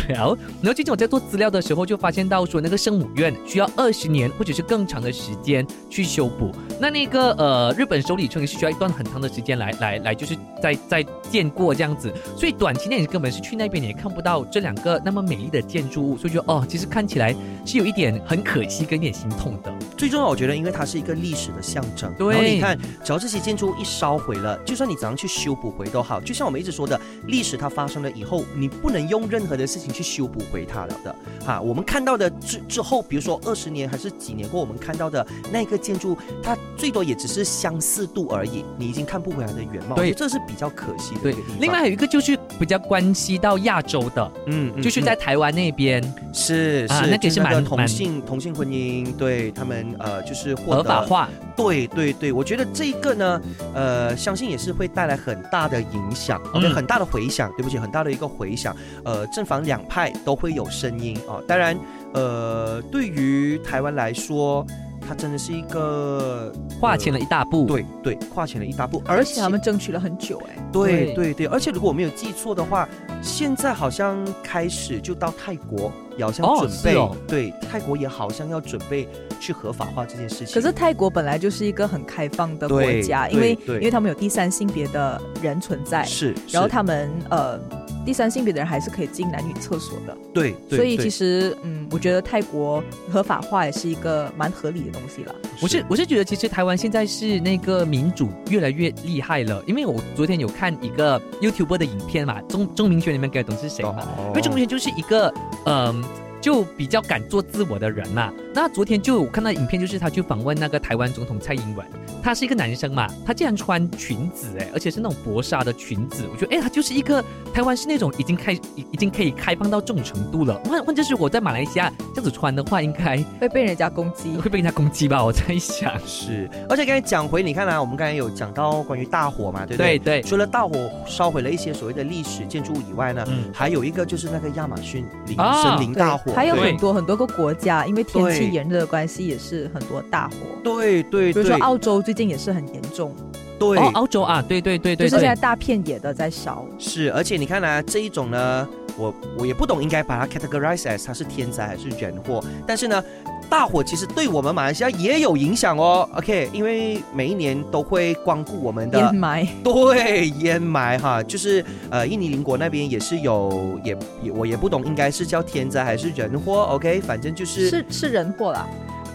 Speaker 3: 然后最近我在做资料的时候，就发现到说那个圣母院需要二十年或者是更长的时间去修补。那那个呃日本首里城也是需要一段很长的时间来来来，就是在在建过这样子。所以短期内你根本是去那边你也看不到这两个那么美丽的建筑物，所以就哦，其实看起来是有一点很可惜跟一点心痛的。
Speaker 5: 最重要，我觉得，因为它是一个历史的象征。
Speaker 3: 对
Speaker 5: 然后你看，只要这些建筑物一烧毁了，就算你怎样去修补回都好，就像我们一直说的，历史它发生了以后，你不能用任任何的事情去修补回它了的哈。我们看到的之之后，比如说二十年还是几年后，我们看到的那个建筑，它最多也只是相似度而已，你已经看不回它的原貌。
Speaker 3: 对
Speaker 5: 我觉得这是比较可惜的一
Speaker 3: 对
Speaker 5: 个地方。
Speaker 3: 另外还有一个就是比较关系到亚洲的，
Speaker 5: 嗯，嗯，
Speaker 3: 就是在台湾那边
Speaker 5: 嗯是是、
Speaker 3: 啊那个
Speaker 5: 就是那
Speaker 3: 蛮
Speaker 5: 同
Speaker 3: 蛮
Speaker 5: 性同性婚姻，对他们呃就是获得
Speaker 3: 合法化，
Speaker 5: 对对对，我觉得这个呢，呃，相信也是会带来很大的影响，OK，、
Speaker 3: 嗯
Speaker 5: 很大的回响，对不起，很大的一个回响。呃，正反两派都会有声音啊、当然，呃，对于台湾来说，它真的是一个
Speaker 3: 跨前了一大步。，
Speaker 5: 对对跨前了一大步，
Speaker 4: 而
Speaker 5: 而
Speaker 4: 且他们争取了很久哎、
Speaker 5: 对
Speaker 3: 对
Speaker 5: 对对，而且如果我没有记错的话，现在好像开始就到泰国，也好像
Speaker 3: 哦
Speaker 5: 准备、
Speaker 3: 是哦
Speaker 5: 对泰国也好像要准备去合法化这件事情。
Speaker 4: 可是泰国本来就是一个很开放的国
Speaker 5: 对
Speaker 4: 家，
Speaker 5: 对
Speaker 4: 因为
Speaker 5: 对
Speaker 4: 因为他们有第三性别的人存在，
Speaker 5: 是，
Speaker 4: 然后
Speaker 5: 是
Speaker 4: 他们呃第三性别的人还是可以进男女厕所的，
Speaker 5: 对，对
Speaker 4: 所以
Speaker 5: 对
Speaker 4: 其实嗯，我觉得泰国合法化也是一个蛮合理的东西了。
Speaker 3: 我是我是觉得其实台湾现在是那个民主越来越厉害了，因为我昨天有看一个 YouTuber 的影片嘛，钟钟明轩你们该懂是谁
Speaker 5: 哦
Speaker 3: 吗？因为钟明轩就是一个嗯。就比较敢做自我的人嘛。那昨天就我看到影片，就是他去访问那个台湾总统蔡英文，他是一个男生嘛，他竟然穿裙子哎，而且是那种薄纱的裙子，我觉得哎，他就是一个台湾是那种已经开已已经可以开放到这种程度了。换换就是我在马来西亚这样子穿的话，应该
Speaker 4: 会被人家攻击。
Speaker 3: 会被人家攻击吧？我在想。
Speaker 5: 是，而且刚才讲回，你看啊，我们刚才有讲到关于大火嘛，对不
Speaker 3: 对对，
Speaker 5: 对？除了大火烧毁了一些所谓的历史建筑物以外呢，
Speaker 3: 嗯，
Speaker 5: 还有一个就是那个亚马逊林
Speaker 3: 啊
Speaker 5: 森林
Speaker 4: 对
Speaker 5: 大火，
Speaker 4: 还有
Speaker 5: 对
Speaker 4: 很多很多个国家，因为天
Speaker 5: 对
Speaker 4: 气炎热的关系，也是很多大火。
Speaker 5: 对对
Speaker 4: 比如说
Speaker 5: 对
Speaker 4: 澳洲最近也是很严重，
Speaker 5: 对
Speaker 3: 哦，澳洲啊，对对对
Speaker 4: 就
Speaker 3: 对
Speaker 4: 是现在
Speaker 3: 对，
Speaker 4: 大片野的在烧。
Speaker 5: 是，而且你看啊，这一种呢，我我也不懂应该把它 categorize as 它是天灾还是人祸，但是呢，大火其实对我们马来西亚也有影响哦。OK，因为每一年都会光顾我们的
Speaker 4: 烟霾，
Speaker 5: 对，烟霾哈，就是呃，印尼邻国那边也是有，也也我也不懂，应该是叫天灾还是人祸？OK，反正就是，
Speaker 4: 是是人祸啦，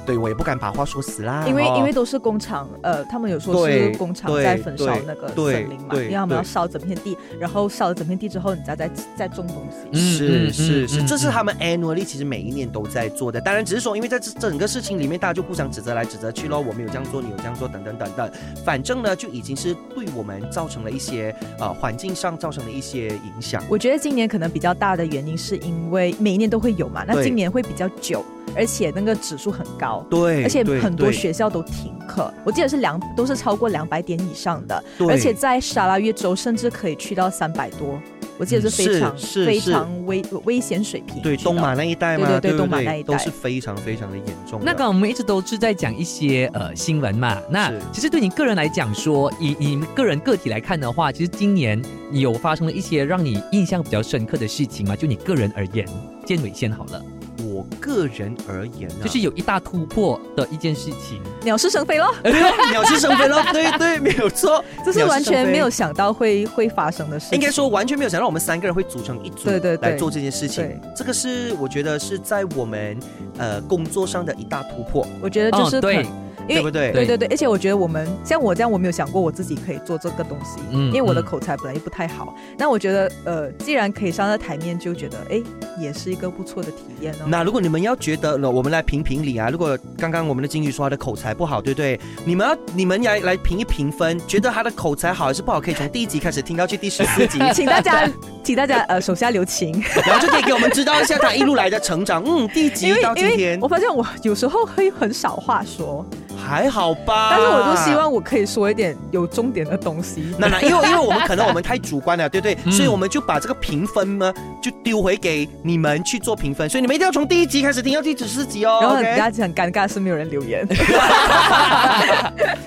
Speaker 5: 对我也不敢把话说死啦，
Speaker 4: 因为
Speaker 5: 哦
Speaker 4: 因为都是工厂，呃，他们有说
Speaker 5: 对
Speaker 4: 是工厂在焚烧
Speaker 5: 对
Speaker 4: 那个
Speaker 5: 对
Speaker 4: 森林嘛，
Speaker 5: 对
Speaker 4: 因为他们要
Speaker 5: 对
Speaker 4: 烧整片地，然后烧了整片地之后，你再再再种东西。
Speaker 3: 嗯
Speaker 5: 是
Speaker 3: 嗯
Speaker 5: 是
Speaker 3: 嗯
Speaker 5: 是，
Speaker 3: 嗯
Speaker 5: 这是
Speaker 3: 嗯
Speaker 5: 他们 annually 其实每一年都在做的，当然只是说，因为在这整个事情里面，大家就互相指责来指责去咯，我没有这样做，你有这样做，等等等等，反正呢，就已经是对我们造成了一些呃环境上造成了一些影响。
Speaker 4: 我觉得今年可能比较大的原因是因为每一年都会有嘛，那
Speaker 5: 对
Speaker 4: 今年会比较久，而且那个指数很高。
Speaker 5: 对，
Speaker 4: 而且
Speaker 5: 哎对
Speaker 4: 很多
Speaker 5: 对
Speaker 4: 学校都停课，我记得是两都是超过两百点以上的，
Speaker 5: 对
Speaker 4: 而且在沙拉越州甚至可以去到三百多，我记得是非常
Speaker 5: 嗯是是
Speaker 4: 非
Speaker 5: 是
Speaker 4: 常危危险水平去到。
Speaker 5: 对东马那一带嘛，
Speaker 4: 对对对
Speaker 5: 不
Speaker 4: 东马那一带
Speaker 5: 都是非常非常的严重的。
Speaker 3: 那个我们一直都是在讲一些呃新闻嘛。那
Speaker 5: 是
Speaker 3: 其实对你个人来讲说，以以你个人个体来看的话，其实今年你有发生了一些让你印象比较深刻的事情吗？就你个人而言，建伟先好
Speaker 5: 啊
Speaker 3: 了，
Speaker 5: 我个人而言啊呢、
Speaker 3: 就是有一大突破的一件事情。
Speaker 4: 鸟是生非咯，
Speaker 5: 对鸟是生非了，对对，没有 错，
Speaker 4: 这是
Speaker 5: 鸟
Speaker 4: 完
Speaker 5: 生
Speaker 4: 全
Speaker 5: 非
Speaker 4: 没有，想到会会发生的事情。
Speaker 5: 应该说完全没有想到我们三个人会组成一组，
Speaker 4: 对对对
Speaker 5: 来做这件事情
Speaker 4: 对。
Speaker 5: 这个是我觉得是在我们呃工作上的一大突破，
Speaker 4: 我觉得就是
Speaker 3: 哦
Speaker 4: 可
Speaker 3: 对
Speaker 4: 能、因
Speaker 5: 对
Speaker 4: 为
Speaker 5: 不对？
Speaker 4: 对对对，而且我觉得我们像我这样，我没有想过我自己可以做这个东西，
Speaker 3: 嗯
Speaker 4: 因为我的
Speaker 3: 嗯
Speaker 4: 口才本来就不太好。那我觉得呃，既然可以上到台面，就觉得哎，也是一个不错的体验哦。
Speaker 5: 那如果你们要觉得哦呢，我们来评评理啊。如果刚刚我们的金鱼说他的口才不好，对不对？你们要你们来来评一评分，觉得他的口才好还是不好，可以从第一集开始听到去第十四集，
Speaker 4: 请大家，请大家呃手下留情，
Speaker 5: 然后就可以给我们知道一下他一路来的成长。嗯，第一集
Speaker 4: 因为
Speaker 5: 到今
Speaker 4: 因为
Speaker 5: 天
Speaker 4: 我发现我有时候会很少话说，
Speaker 5: 还好
Speaker 3: 啊
Speaker 5: 吧，
Speaker 4: 但是我都希。望我可以说一点有重点的东西。
Speaker 5: 那那，因为因为我们可能我们太主观了，对不对？
Speaker 3: 嗯
Speaker 5: 所以我们就把这个评分呢，就丢回给你们去做评分。所以你们一定要从第一集开始听到第十四集哦。
Speaker 4: 然后
Speaker 5: OK？
Speaker 4: 大家很尴尬，是没有人 留言。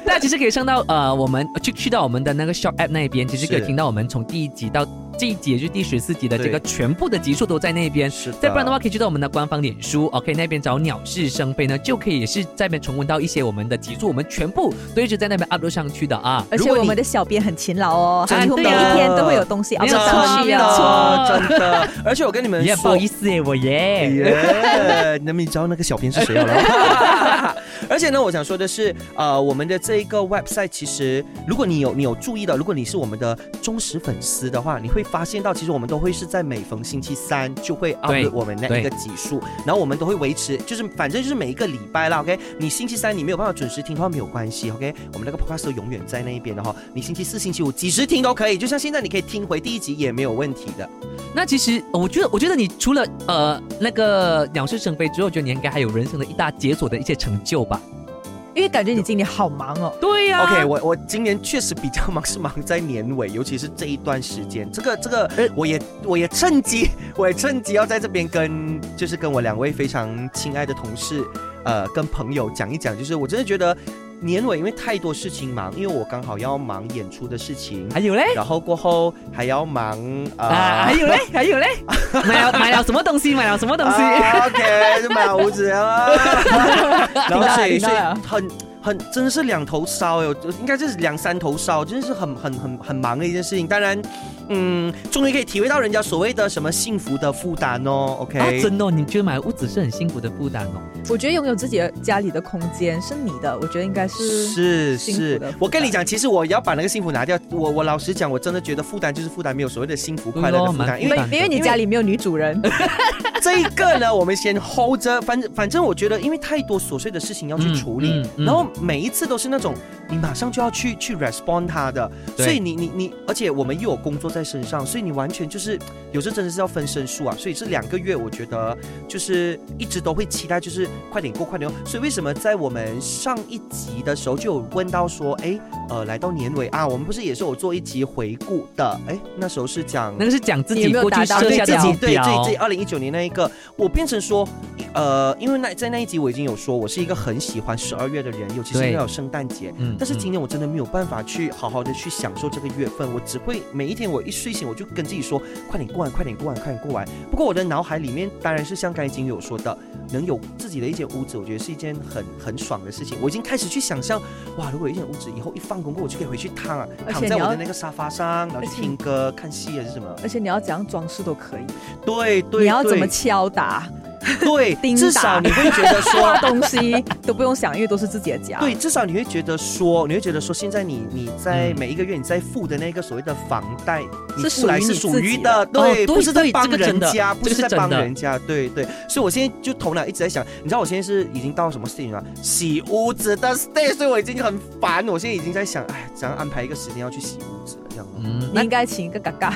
Speaker 3: 那其实可以上到呃，我们去去到我们的那个 Shop App 那边，其实可以
Speaker 5: 是
Speaker 3: 听到我们从第一集到这一集，也就是第十四集的这个
Speaker 5: 对
Speaker 3: 全部的集数都在那边。
Speaker 5: 是的
Speaker 3: 再不然的话，可以去到我们的官方脸书，OK，那边找“鸟事生非”呢，就可以也是在那边重温到一些我们的集数，我们全部都一直在那边 upload 上去的啊。
Speaker 4: 而
Speaker 5: 如
Speaker 4: 且
Speaker 5: 果
Speaker 4: 我
Speaker 5: 你
Speaker 4: 们的小编很勤劳哦，
Speaker 5: 真
Speaker 4: 几乎
Speaker 3: 的
Speaker 4: 每一天都会有东西
Speaker 3: 没
Speaker 4: upload
Speaker 3: 有
Speaker 5: 真
Speaker 4: 上去
Speaker 3: 没有
Speaker 4: 哦。
Speaker 3: 错
Speaker 5: 的真 的，而且我跟你们
Speaker 3: 也
Speaker 5: 说，
Speaker 3: 哎很不好意思耶，我耶。
Speaker 5: 哎耶，那么你知道那个小编是谁了？啊 而且呢，我想说的是，呃，我们的这一个 website 其实，如果你有你有注意的，如果你是我们的忠实粉丝的话，你会发现到，其实我们都会是在每逢星期三就会 update 我们那
Speaker 3: 对
Speaker 5: 一个集数，然后我们都会维持，就是反正就是每一个礼拜啦，OK。你星期三你没有办法准时听的话没有关系，OK。我们那个 podcast 都永远在那一边的哈，你星期四、星期五几时听都可以，就像现在你可以听回第一集也没有问题的。
Speaker 3: 那其实呃我觉得，我觉得你除了呃那个鸟事生非之后，我觉得你应该还有人生的一大解锁的一些成就吧？
Speaker 4: 因为感觉你今年好忙哦。
Speaker 3: 对呀
Speaker 5: OK，我我今年确实比较忙，是忙在年尾，尤其是这一段时间。这个这个
Speaker 3: 呃，
Speaker 5: 我也我也趁机，我也趁机要在这边跟，就是跟我两位非常亲爱的同事，呃，跟朋友讲一讲，就是我真的觉得年尾因为太多事情忙，因为我刚好要忙演出的事情，
Speaker 3: 还有嘞。
Speaker 5: 然后过后还要忙呃。
Speaker 3: 哎啊，还有嘞，还有嘞，买了买了什么东西？买了什么东西？
Speaker 5: 啊 OK，就买胡子啊，然后所以
Speaker 4: 听
Speaker 5: 所
Speaker 4: 到
Speaker 5: 以
Speaker 4: 了
Speaker 5: 很很真的是两头烧哟，就应该就是两三头烧，真的是很很很很忙的一件事情。当然，嗯，终于可以体会到人家所谓的什么幸福的负担哦。OK，、
Speaker 3: 啊，真的哦、你觉得买屋子是很幸福的负担哦。
Speaker 4: 我觉得拥有自己的家里的空间是你的，我觉得应该是
Speaker 5: 是
Speaker 4: 幸福
Speaker 5: 是
Speaker 4: 的负，
Speaker 5: 我跟你
Speaker 4: 担
Speaker 5: 讲，其实我要把那个幸福拿掉。我我老实讲，我真的觉得负担就是负担，没有所谓的幸福
Speaker 3: 对
Speaker 5: 快乐
Speaker 3: 咯
Speaker 5: 的负
Speaker 3: 蛮
Speaker 5: 担，因
Speaker 3: 负
Speaker 5: 为
Speaker 3: 担
Speaker 4: 因为你家里没有女 主人，
Speaker 5: 这一个呢，我们先 hold 着，反正反正我觉得，因为太多琐碎的事情要去处理，
Speaker 3: 嗯嗯嗯
Speaker 5: 然后每一次都是那种你马上就要去去 respond 他的，
Speaker 3: 对
Speaker 5: 所以你你你，而且我们又有工作在身上，所以你完全就是有时候真的是要分身术啊，所以这两个月我觉得就是一直都会期待，就是快点过，快点过。所以为什么在我们上一集的时候就有问到说，哎，呃，来到年尾啊，我们不是也是有做一集回顾的，哎，那时候是讲
Speaker 3: 那个是讲自
Speaker 4: 你
Speaker 3: 己
Speaker 4: 有没有
Speaker 3: 过去
Speaker 4: 达到
Speaker 3: 设
Speaker 5: 对
Speaker 3: 下
Speaker 5: 自
Speaker 3: 的
Speaker 5: 己
Speaker 3: 目
Speaker 5: 对
Speaker 3: 标
Speaker 5: 自己二零一九年那一个，我变成说，呃，因为那在那一集我已经有说，我是一个很喜欢十二月的人，尤其是
Speaker 3: 对
Speaker 5: 要有圣诞节。
Speaker 3: 嗯
Speaker 5: 但是今年我真的没有办法去好好的去享受这个月份，我只会每一天我一睡醒我就跟自己说，快点过完，快点过完，快点过完。不过我的脑海里面当然是像刚才金有说的，能有自己的一间屋子，我觉得是一件很很爽的事情。我已经开始去想象，哇，如果有一间屋子，以后一放工过我就可以回去躺啊，
Speaker 4: 而且
Speaker 5: 躺
Speaker 4: 你
Speaker 5: 在我
Speaker 4: 要
Speaker 5: 的那个沙发上，然后
Speaker 4: 而
Speaker 5: 去
Speaker 4: 且
Speaker 5: 听歌、看戏还是什么。
Speaker 4: 而且你要怎样装饰都可以，
Speaker 5: 对对，
Speaker 4: 你要怎
Speaker 5: 对
Speaker 4: 么敲打、
Speaker 5: 对，
Speaker 4: 叮
Speaker 5: 至
Speaker 4: 打
Speaker 5: 少你会觉得
Speaker 4: 画，
Speaker 5: 说
Speaker 4: 东西都不用想，因为都是自己的家。
Speaker 5: 对，，至少你会觉得说，你会觉得说，现在你你在
Speaker 3: 嗯
Speaker 5: 每一个月你在付的那个所谓的房贷，你
Speaker 4: 是
Speaker 5: 付来
Speaker 4: 属于
Speaker 5: 是
Speaker 4: 你
Speaker 5: 属
Speaker 4: 自
Speaker 5: 于
Speaker 4: 己
Speaker 5: 的，
Speaker 3: 的哦对
Speaker 5: 不是在
Speaker 3: 对
Speaker 5: 帮
Speaker 3: 这个真
Speaker 5: 人
Speaker 3: 的
Speaker 5: 家，不
Speaker 3: 这个
Speaker 5: 是在
Speaker 3: 是真
Speaker 5: 帮
Speaker 3: 的
Speaker 5: 人家，对对。所以我现在就头脑一直在想，你知道我现在是已经到什么 stage 了？洗屋子的 stage，所以我已经很烦，我现在已经在想，哎，怎样安排一个时间要去洗屋子了，这样吗？
Speaker 3: 嗯，
Speaker 4: 你
Speaker 3: 那
Speaker 4: 应该请一个嘎嘎，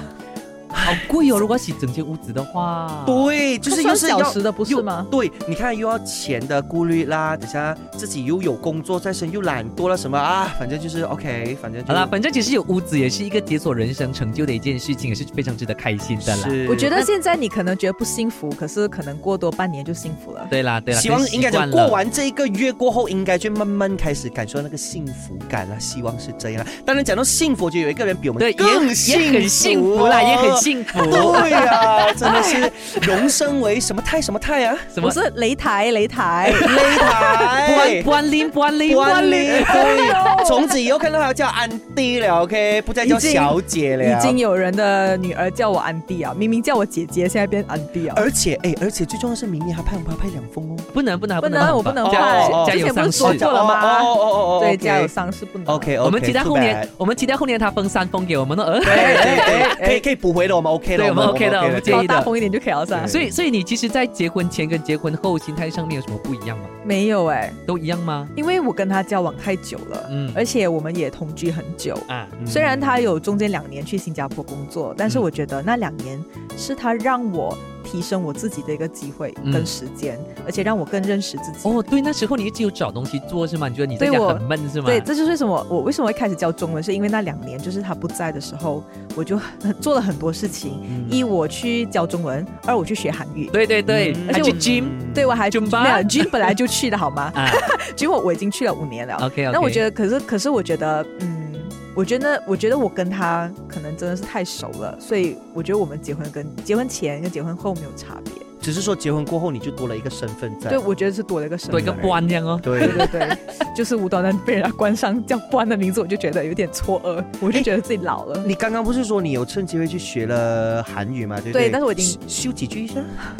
Speaker 3: 好贵哦，如果要洗整间屋子的话。
Speaker 5: 对，就是又
Speaker 4: 算
Speaker 5: 是
Speaker 4: 小
Speaker 5: 要
Speaker 4: 时的不是
Speaker 5: 又
Speaker 4: 吗？
Speaker 5: 对，你看又要钱的顾虑啦，等下自己又有工作在身，又懒惰了什么啊？反正就是 OK，反正就
Speaker 3: 好啦，反正其实有屋子也是一个解锁人生成就的一件事情，也是非常值得开心的啦。
Speaker 5: 是
Speaker 4: 我觉得现在你可能觉得不幸福，可是可能过多半年就幸福了。
Speaker 3: 对啦，对啦，
Speaker 5: 希望
Speaker 3: 可以习
Speaker 5: 应该讲
Speaker 3: 惯
Speaker 5: 过
Speaker 3: 了。
Speaker 5: 完这一个月过后，应该就慢慢开始感受那个幸福感了。希望是这样啦。当然讲到幸福，就有一个人比我们
Speaker 3: 对，也
Speaker 5: 更幸
Speaker 3: 也很幸福啦，也很幸 福。
Speaker 5: 福。对呀、真的是荣升为什么泰什么泰 啊？
Speaker 3: 什
Speaker 4: 我
Speaker 3: 么？
Speaker 4: 是擂台，擂台
Speaker 5: 擂台
Speaker 3: 关。关林，关林，
Speaker 5: 关
Speaker 3: 林。
Speaker 5: 林，对，从此以后看到他叫安迪了，OK，不再叫
Speaker 4: 已经
Speaker 5: 小姐了。
Speaker 4: 已经有人的女儿叫我安迪啊，明明叫我姐姐，现在变安迪啊。
Speaker 5: 而且哎，而且最重要是明年还派不派派两封哦？
Speaker 3: 不能，不能，
Speaker 4: 不能，啊我不能
Speaker 5: 哦
Speaker 4: 换
Speaker 5: 哦哦，
Speaker 3: 家
Speaker 4: 之
Speaker 3: 有
Speaker 4: 前不
Speaker 3: 丧
Speaker 4: 是说
Speaker 3: 事。
Speaker 4: 过了吗？
Speaker 5: 哦哦
Speaker 4: 对，家有丧事不能。
Speaker 5: OK OK，
Speaker 3: 我们期待后年，我们期待后年他封三封给我们哦。
Speaker 5: 对
Speaker 4: 哎
Speaker 5: 对哎对，可以可以补回的，我们 OK 的，
Speaker 3: 对我们 OK 的我们
Speaker 5: 这
Speaker 3: 建
Speaker 4: 搞
Speaker 3: 议的
Speaker 4: 大风一点就可以了，是吧
Speaker 5: 对？
Speaker 3: 所以，所以你其实，在结婚前跟结婚后心态上面有什么不一样吗？
Speaker 4: 没有哎、
Speaker 3: 都一样吗？
Speaker 4: 因为我跟他交往太久了，
Speaker 3: 嗯
Speaker 5: 哎
Speaker 4: 而且我们也同居很久。
Speaker 3: 啊，
Speaker 5: 嗯
Speaker 4: 虽然他有中间两年去新加坡工作，但是
Speaker 3: 嗯
Speaker 4: 我觉得那两年是他让我提升我自己的一个机会
Speaker 3: 嗯
Speaker 4: 跟时间，而且让我更认识自己。
Speaker 3: 哦，对，那时候你一直有找东西做是吗？你觉得你在
Speaker 4: 对
Speaker 3: 家
Speaker 4: 我
Speaker 3: 很闷是吗？
Speaker 4: 对，这就是为什么我为什么会开始教中文，是因为那两年就是他不在的时候，我就很做了很多事情。
Speaker 5: 嗯
Speaker 4: 一我去教中文，二我去学韩语。
Speaker 3: 对对对
Speaker 5: 嗯，
Speaker 3: 还去
Speaker 4: 而且我
Speaker 3: gym
Speaker 4: 对，我还
Speaker 3: Zumba
Speaker 4: 没有 gym 本来就去的好吗？
Speaker 3: 啊
Speaker 4: 结果我已经去了五年了。
Speaker 3: ，OK OK。
Speaker 4: 那我觉得，可是可是我觉得，嗯，我觉得我觉得我跟他可能真的是太熟了，所以我觉得我们结婚跟结婚前跟结婚后没有差别。
Speaker 5: 只是说结婚过后你就多了一个身份在
Speaker 4: 对，。我觉得是多了一个身
Speaker 3: 多一
Speaker 4: 份。
Speaker 3: 个关这样哦。
Speaker 5: 对
Speaker 4: 对对对，就是无端端被人家冠上叫“关”的名字，我就觉得有点错愕，我就觉得自己老 了。
Speaker 5: 你刚刚不是说你有趁机会去学了韩语吗？对不对？
Speaker 4: 对但是我已经
Speaker 5: 修修几句一下。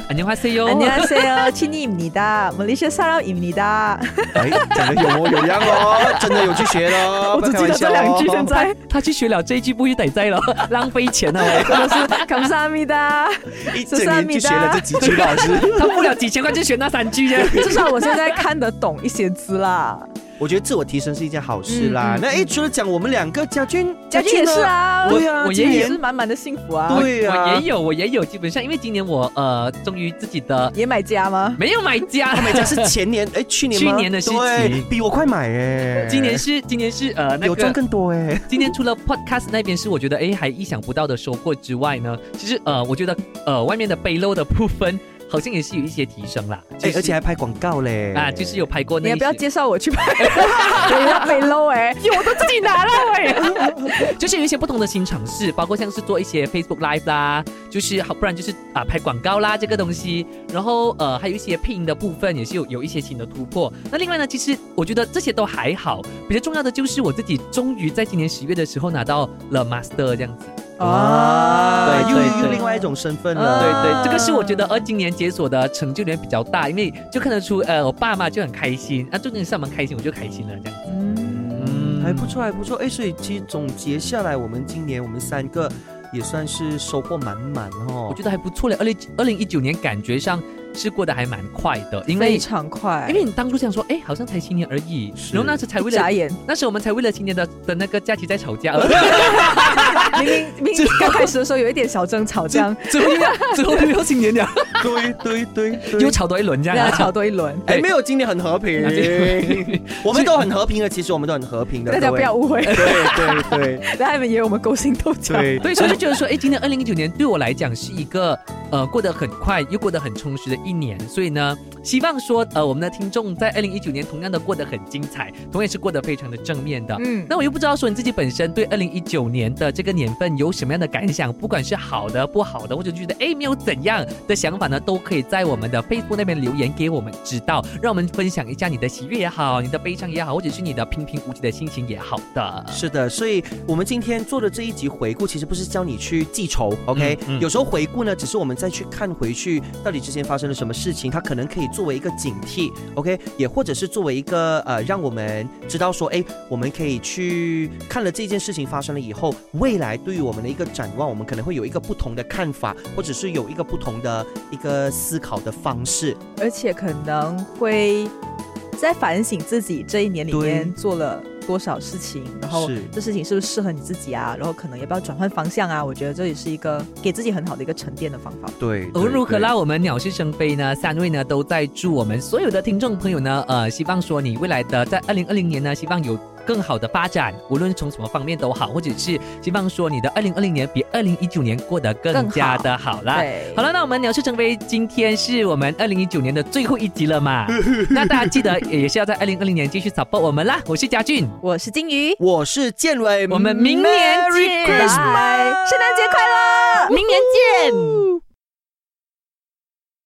Speaker 3: 안녕하세요，
Speaker 4: 안녕하세 요친이입니다 Malaysia 사람입니다。
Speaker 5: 哎，讲的有模有样哦，真的有去学咯。
Speaker 4: 我只记得这
Speaker 5: 不要开玩
Speaker 4: 两
Speaker 5: 笑
Speaker 4: 句，
Speaker 5: 哦
Speaker 4: 现在。
Speaker 3: 他去学了这一句不去逮在了， 浪费钱 啊！喂
Speaker 4: 真的哦是感谢阿米达，
Speaker 5: 一整年就学了这几 句，老师。
Speaker 3: 他付了几千块就学那三句啫。
Speaker 4: 至少我现在看得懂一些字啦。
Speaker 5: 我觉得自我提升是一件好事啦。
Speaker 4: 嗯嗯
Speaker 5: 那哎，除了讲我们两个，家军，
Speaker 4: 家俊也是，啊，
Speaker 5: 对啊，
Speaker 3: 我
Speaker 5: 今
Speaker 3: 也
Speaker 4: 也
Speaker 5: 年
Speaker 4: 是满满的幸福啊。
Speaker 5: 对啊，
Speaker 3: 我也有，我也有，基本上因为今年我呃，终于自己的
Speaker 4: 也买家吗？
Speaker 3: 没有买家，
Speaker 5: 他们家是前年，哎，去年吗
Speaker 3: 去年的事情
Speaker 5: 对比我快买哎，
Speaker 3: 今年是今年是呃那
Speaker 5: 有赚
Speaker 3: 个，
Speaker 5: 更多哎，
Speaker 3: 今年除了 podcast 那边是我觉得诶还意想不到的收获之外呢，其实呃我觉得呃外面的背篓的部分好像也是有一些提升啦，就
Speaker 5: 哎，
Speaker 3: 是
Speaker 5: 而且还拍广告嘞
Speaker 3: 啊就是有拍过
Speaker 4: 你
Speaker 3: 那
Speaker 4: 也
Speaker 3: 一
Speaker 4: 不要
Speaker 3: 些，
Speaker 4: 介绍我去 拍，我要背 low 哎，因为我都自己拿了喂。
Speaker 3: 就是有一些不同的新尝试，包括像是做一些 Facebook Live 啦，就是好不然就是啊拍广告啦这个东西，然后呃还有一些配音的部分也是有有一些新的突破。那另外呢，其实我觉得这些都还好，比较重要的就是我自己终于在今年十月的时候拿到了 Master 这样子。
Speaker 5: 啊，
Speaker 3: 对
Speaker 5: 又
Speaker 3: 对对
Speaker 5: 又另外一种身份
Speaker 3: 对
Speaker 5: 了。
Speaker 3: 对，这个是我觉得
Speaker 5: 啊
Speaker 3: 呃，今年解锁的成就点比较大，因为就看得出呃，我爸妈就很开心，啊，重点是他们开心，我就开心了这样。嗯
Speaker 5: 嗯，还不错，还不错。哎，所以其实总结下来，我们今年我们三个也算是收获满满
Speaker 3: 我
Speaker 5: 哦。
Speaker 3: 觉得还不错嘞，二零二零一九年感觉上是过得还蛮快的，因
Speaker 4: 非
Speaker 3: 为
Speaker 4: 常快，
Speaker 3: 因为你当初想说，哎，好像才七年而已，
Speaker 5: 是啊
Speaker 3: 然后那时才为
Speaker 4: 眨
Speaker 3: 了
Speaker 4: 眼，
Speaker 3: 那时我们才为了今年的的那个假期在吵 架，
Speaker 4: 明明明明刚开始的时候有一点小争吵，这样
Speaker 3: 最后又要最后又要新年了，
Speaker 5: 对对对 对
Speaker 3: 又吵多一轮 这
Speaker 4: 大
Speaker 3: 样
Speaker 4: 家
Speaker 3: 啊。
Speaker 4: 吵多一轮，
Speaker 5: 哎，没有，今年很 和平
Speaker 3: 啊今年，
Speaker 5: 我们都很和平的，其实我们都很 和平的。
Speaker 4: 大家
Speaker 5: 各位
Speaker 4: 不要误 会，
Speaker 5: 对对 对
Speaker 4: 大家以为我们勾心斗角。
Speaker 5: 对，
Speaker 3: 对，所以就觉得说，哎，今年二零一九年对我来讲是一个呃过得很快又过得很充实的一年，所以呢，希望说呃我们的听众在二零一九年同样的过得很精彩，同样也是过得非常的正面的。
Speaker 4: 嗯，
Speaker 3: 那我又不知道说你自己本身对二零一九年的这个年份有什么样的感想，不管是好的、不好的，或者觉得哎没有怎样的想法呢，都可以在我们的 Facebook 那边留言给我们知道，让我们分享一下你的喜悦也好，你的悲伤也好，或者是你的平平无奇的心情也好的。
Speaker 5: 是的，所以我们今天做的这一集回顾，其实不是教你去记仇，OK？、
Speaker 3: 嗯嗯
Speaker 5: 有时候回顾呢，只是我们再去看回去，到底之前发生了什么事情，它可能可以作为一个警惕，OK？也或者是作为一个呃，让我们知道说，哎，我们可以去看了这件事情发生了以后，未来对于我们的一个展望，我们可能会有一个不同的看法，或者是有一个不同的一个思考的方式。
Speaker 4: 而且可能会在反省自己这一年里面
Speaker 5: 对
Speaker 4: 做了多少事情，然后
Speaker 5: 是
Speaker 4: 这事情是不是适合你自己啊？然后可能要不要转换方向啊？我觉得这也是一个给自己很好的一个沉淀的方法。
Speaker 5: 对
Speaker 3: 无论哦如何啦，我们鸟是生非呢，三位呢都在祝我们所有的听众朋友呢，呃，希望说你未来的在二零二零年呢，希望有更好的发展，无论从什么方面都好，或者是希望说你的二零二零年比二零一九年过得更加的好啦。
Speaker 4: 对，
Speaker 3: 好了，那我们鸟事成飞，今天是我们二零一九年的最后一集了 嘛？那大家记得也是要在二零二零年继续 support 我们啦。我是嘉俊，
Speaker 4: 我是金鱼，
Speaker 5: 我是建伟，
Speaker 3: 我们明年见
Speaker 5: Merry Christmas
Speaker 4: 拜圣诞节快乐！
Speaker 1: 明年见。